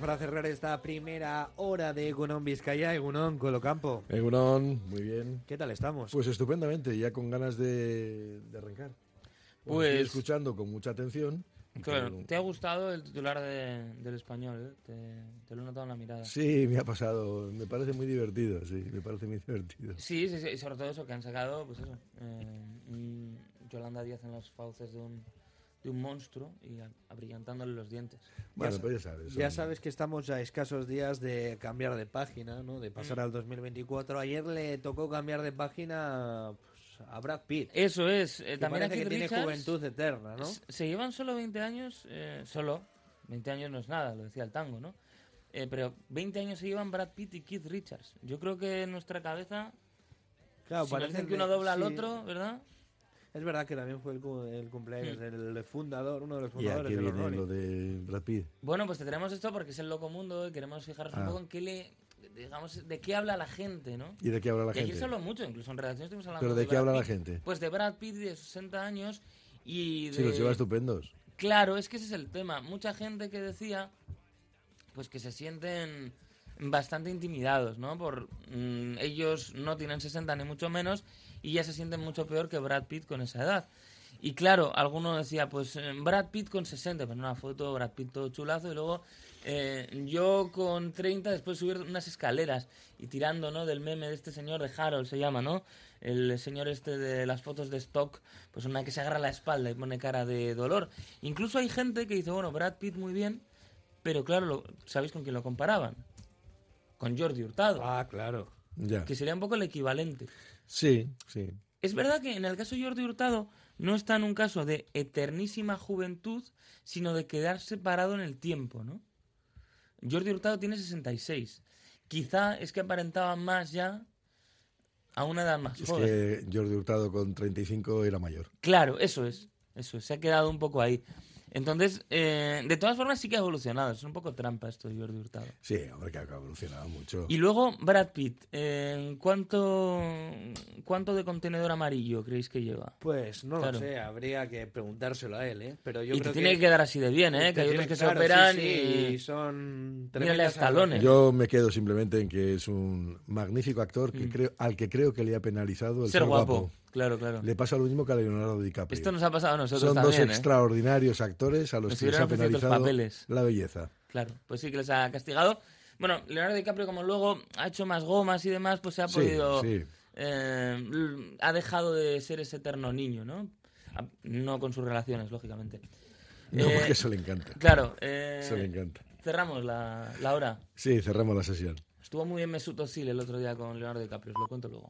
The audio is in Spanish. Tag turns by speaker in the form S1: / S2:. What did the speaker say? S1: para cerrar esta primera hora de Egunon Vizcaya, Egunon Colocampo.
S2: Egunon, Eh, muy bien.
S1: ¿Qué tal estamos?
S2: Pues estupendamente, ya con ganas de, de arrancar. Pues
S3: Pues-
S2: estoy escuchando con mucha atención.
S3: Claro,
S2: pero-
S3: ¿te ha gustado el titular de- del español? eh? Te, te lo he notado en la mirada.
S2: Sí, me ha pasado. Me parece muy divertido, sí, me parece muy divertido.
S3: Sí, sí, sí, y sobre todo eso, que han sacado, pues eso, eh, un Yolanda Díaz en los fauces de un, de un monstruo y a- abrillantándole los dientes.
S2: Bueno,
S1: sa-
S2: pues ya sabes.
S1: Ya
S2: son-
S1: sabes que estamos a escasos días de cambiar de página, ¿no? De
S2: Mm.
S1: pasar al 2024. Ayer le tocó cambiar de página pues, a Brad Pitt.
S3: Eso es, eh,
S1: que
S3: también
S1: parece
S3: aquí
S1: que tiene
S3: Richards
S1: juventud eterna, ¿no?
S3: se- se llevan solo 20 años, eh, solo, 20 años no es nada, lo decía el tango, ¿no? Eh, pero 20 años se llevan Brad Pitt y Keith Richards. Yo creo que en nuestra cabeza,
S1: Claro,
S3: si nos
S1: parece
S3: dicen que uno dobla al
S1: sí.
S3: otro, Mm. ¿verdad?
S1: Es verdad que también fue el, cu- el cumpleaños del fundador, uno de los
S2: Y
S1: fundadores
S2: aquí
S1: de los
S2: viene
S1: Rolling.
S2: lo de Rapid.
S3: Bueno, pues te traemos esto porque es el loco mundo y queremos fijarnos un
S2: Ah.
S3: poco en qué le, digamos, de qué habla la gente, ¿no?
S2: ¿Y de qué habla la
S3: y ayer se
S2: gente?
S3: habló mucho, incluso en redacción estuvimos hablando
S2: ¿Pero de qué
S3: Brad
S2: habla la
S3: Pitt.
S2: gente?
S3: Pues de Brad Pitt de 60 años y de...
S2: Sí, los lleva estupendos.
S3: Claro, es que ese es el tema. Mucha gente que decía pues que se sienten bastante intimidados, ¿no? Por mm, ellos no tienen 60 ni mucho menos y ya se sienten mucho peor que Brad Pitt con esa edad. Y claro, alguno decía, pues eh, Brad Pitt con 60, pero una foto, Brad Pitt todo chulazo, y luego eh, yo con 30, después subir unas escaleras y tirando, ¿no? Del meme de este señor de Harold, se llama, ¿no? El señor este de las fotos de stock, pues una que se agarra la espalda y pone cara de dolor. Incluso hay gente que dice, bueno, Brad Pitt muy bien, pero claro, lo- ¿sabéis con quién lo comparaban? Con Jordi Hurtado,
S1: Ah, claro.
S2: Ya.
S3: que sería un poco el equivalente.
S2: Sí, sí.
S3: Es verdad que en el caso de Jordi Hurtado no está en un caso de eternísima juventud, sino de quedarse parado en el tiempo, ¿no? Jordi Hurtado tiene 66. Quizá es que aparentaba más ya a una edad más
S2: Es
S3: joven.
S2: que Jordi Hurtado con 35 era mayor.
S3: Claro, eso es. Eso es, Se ha quedado un poco ahí. Entonces, eh, de todas formas sí que ha evolucionado. Es un poco trampa esto de Jordi Hurtado.
S2: Sí, hombre, que ha evolucionado mucho.
S3: Y luego Brad Pitt, eh, ¿cuánto, ¿cuánto de contenedor amarillo creéis que lleva?
S1: Pues no
S3: Claro.
S1: lo sé, habría que preguntárselo a él, ¿eh? Pero yo
S3: y te
S1: creo
S3: tiene que
S1: que
S3: quedar así de bien, ¿eh?
S1: te
S3: Que
S1: Este,
S3: hay
S1: tiene-
S3: otros que se
S1: claro, sí,
S3: operan
S1: sí,
S3: y...
S1: son
S3: Mírale a
S1: tremendas
S3: Stallone.
S1: actuaciones.
S2: Yo me quedo simplemente en que es un magnífico actor que creo, al que creo que le ha penalizado el
S3: Mm. ser guapo. Claro, claro.
S2: Le pasa lo mismo que a Leonardo DiCaprio.
S3: Esto nos ha pasado a
S2: Son
S3: nosotros
S2: dos
S3: también, ¿eh?
S2: extraordinarios actores a los
S3: Nos
S2: que les
S3: hubieran
S2: ha
S3: ofrecido otros
S2: penalizado
S3: papeles.
S2: la belleza.
S3: Claro, pues sí que les ha castigado. Bueno, Leonardo DiCaprio, como luego ha hecho más gomas y demás, pues se ha
S2: Sí,
S3: podido...
S2: sí.
S3: eh, l- ha dejado de ser ese eterno niño, ¿no? A- No con sus relaciones, lógicamente.
S2: No,
S3: Eh,
S2: porque eso le encanta.
S3: Claro, eh,
S2: Eso le encanta.
S3: cerramos la, la hora.
S2: Sí, cerramos la sesión.
S3: Estuvo muy bien Mesut Özil el otro día con Leonardo DiCaprio, os lo cuento luego.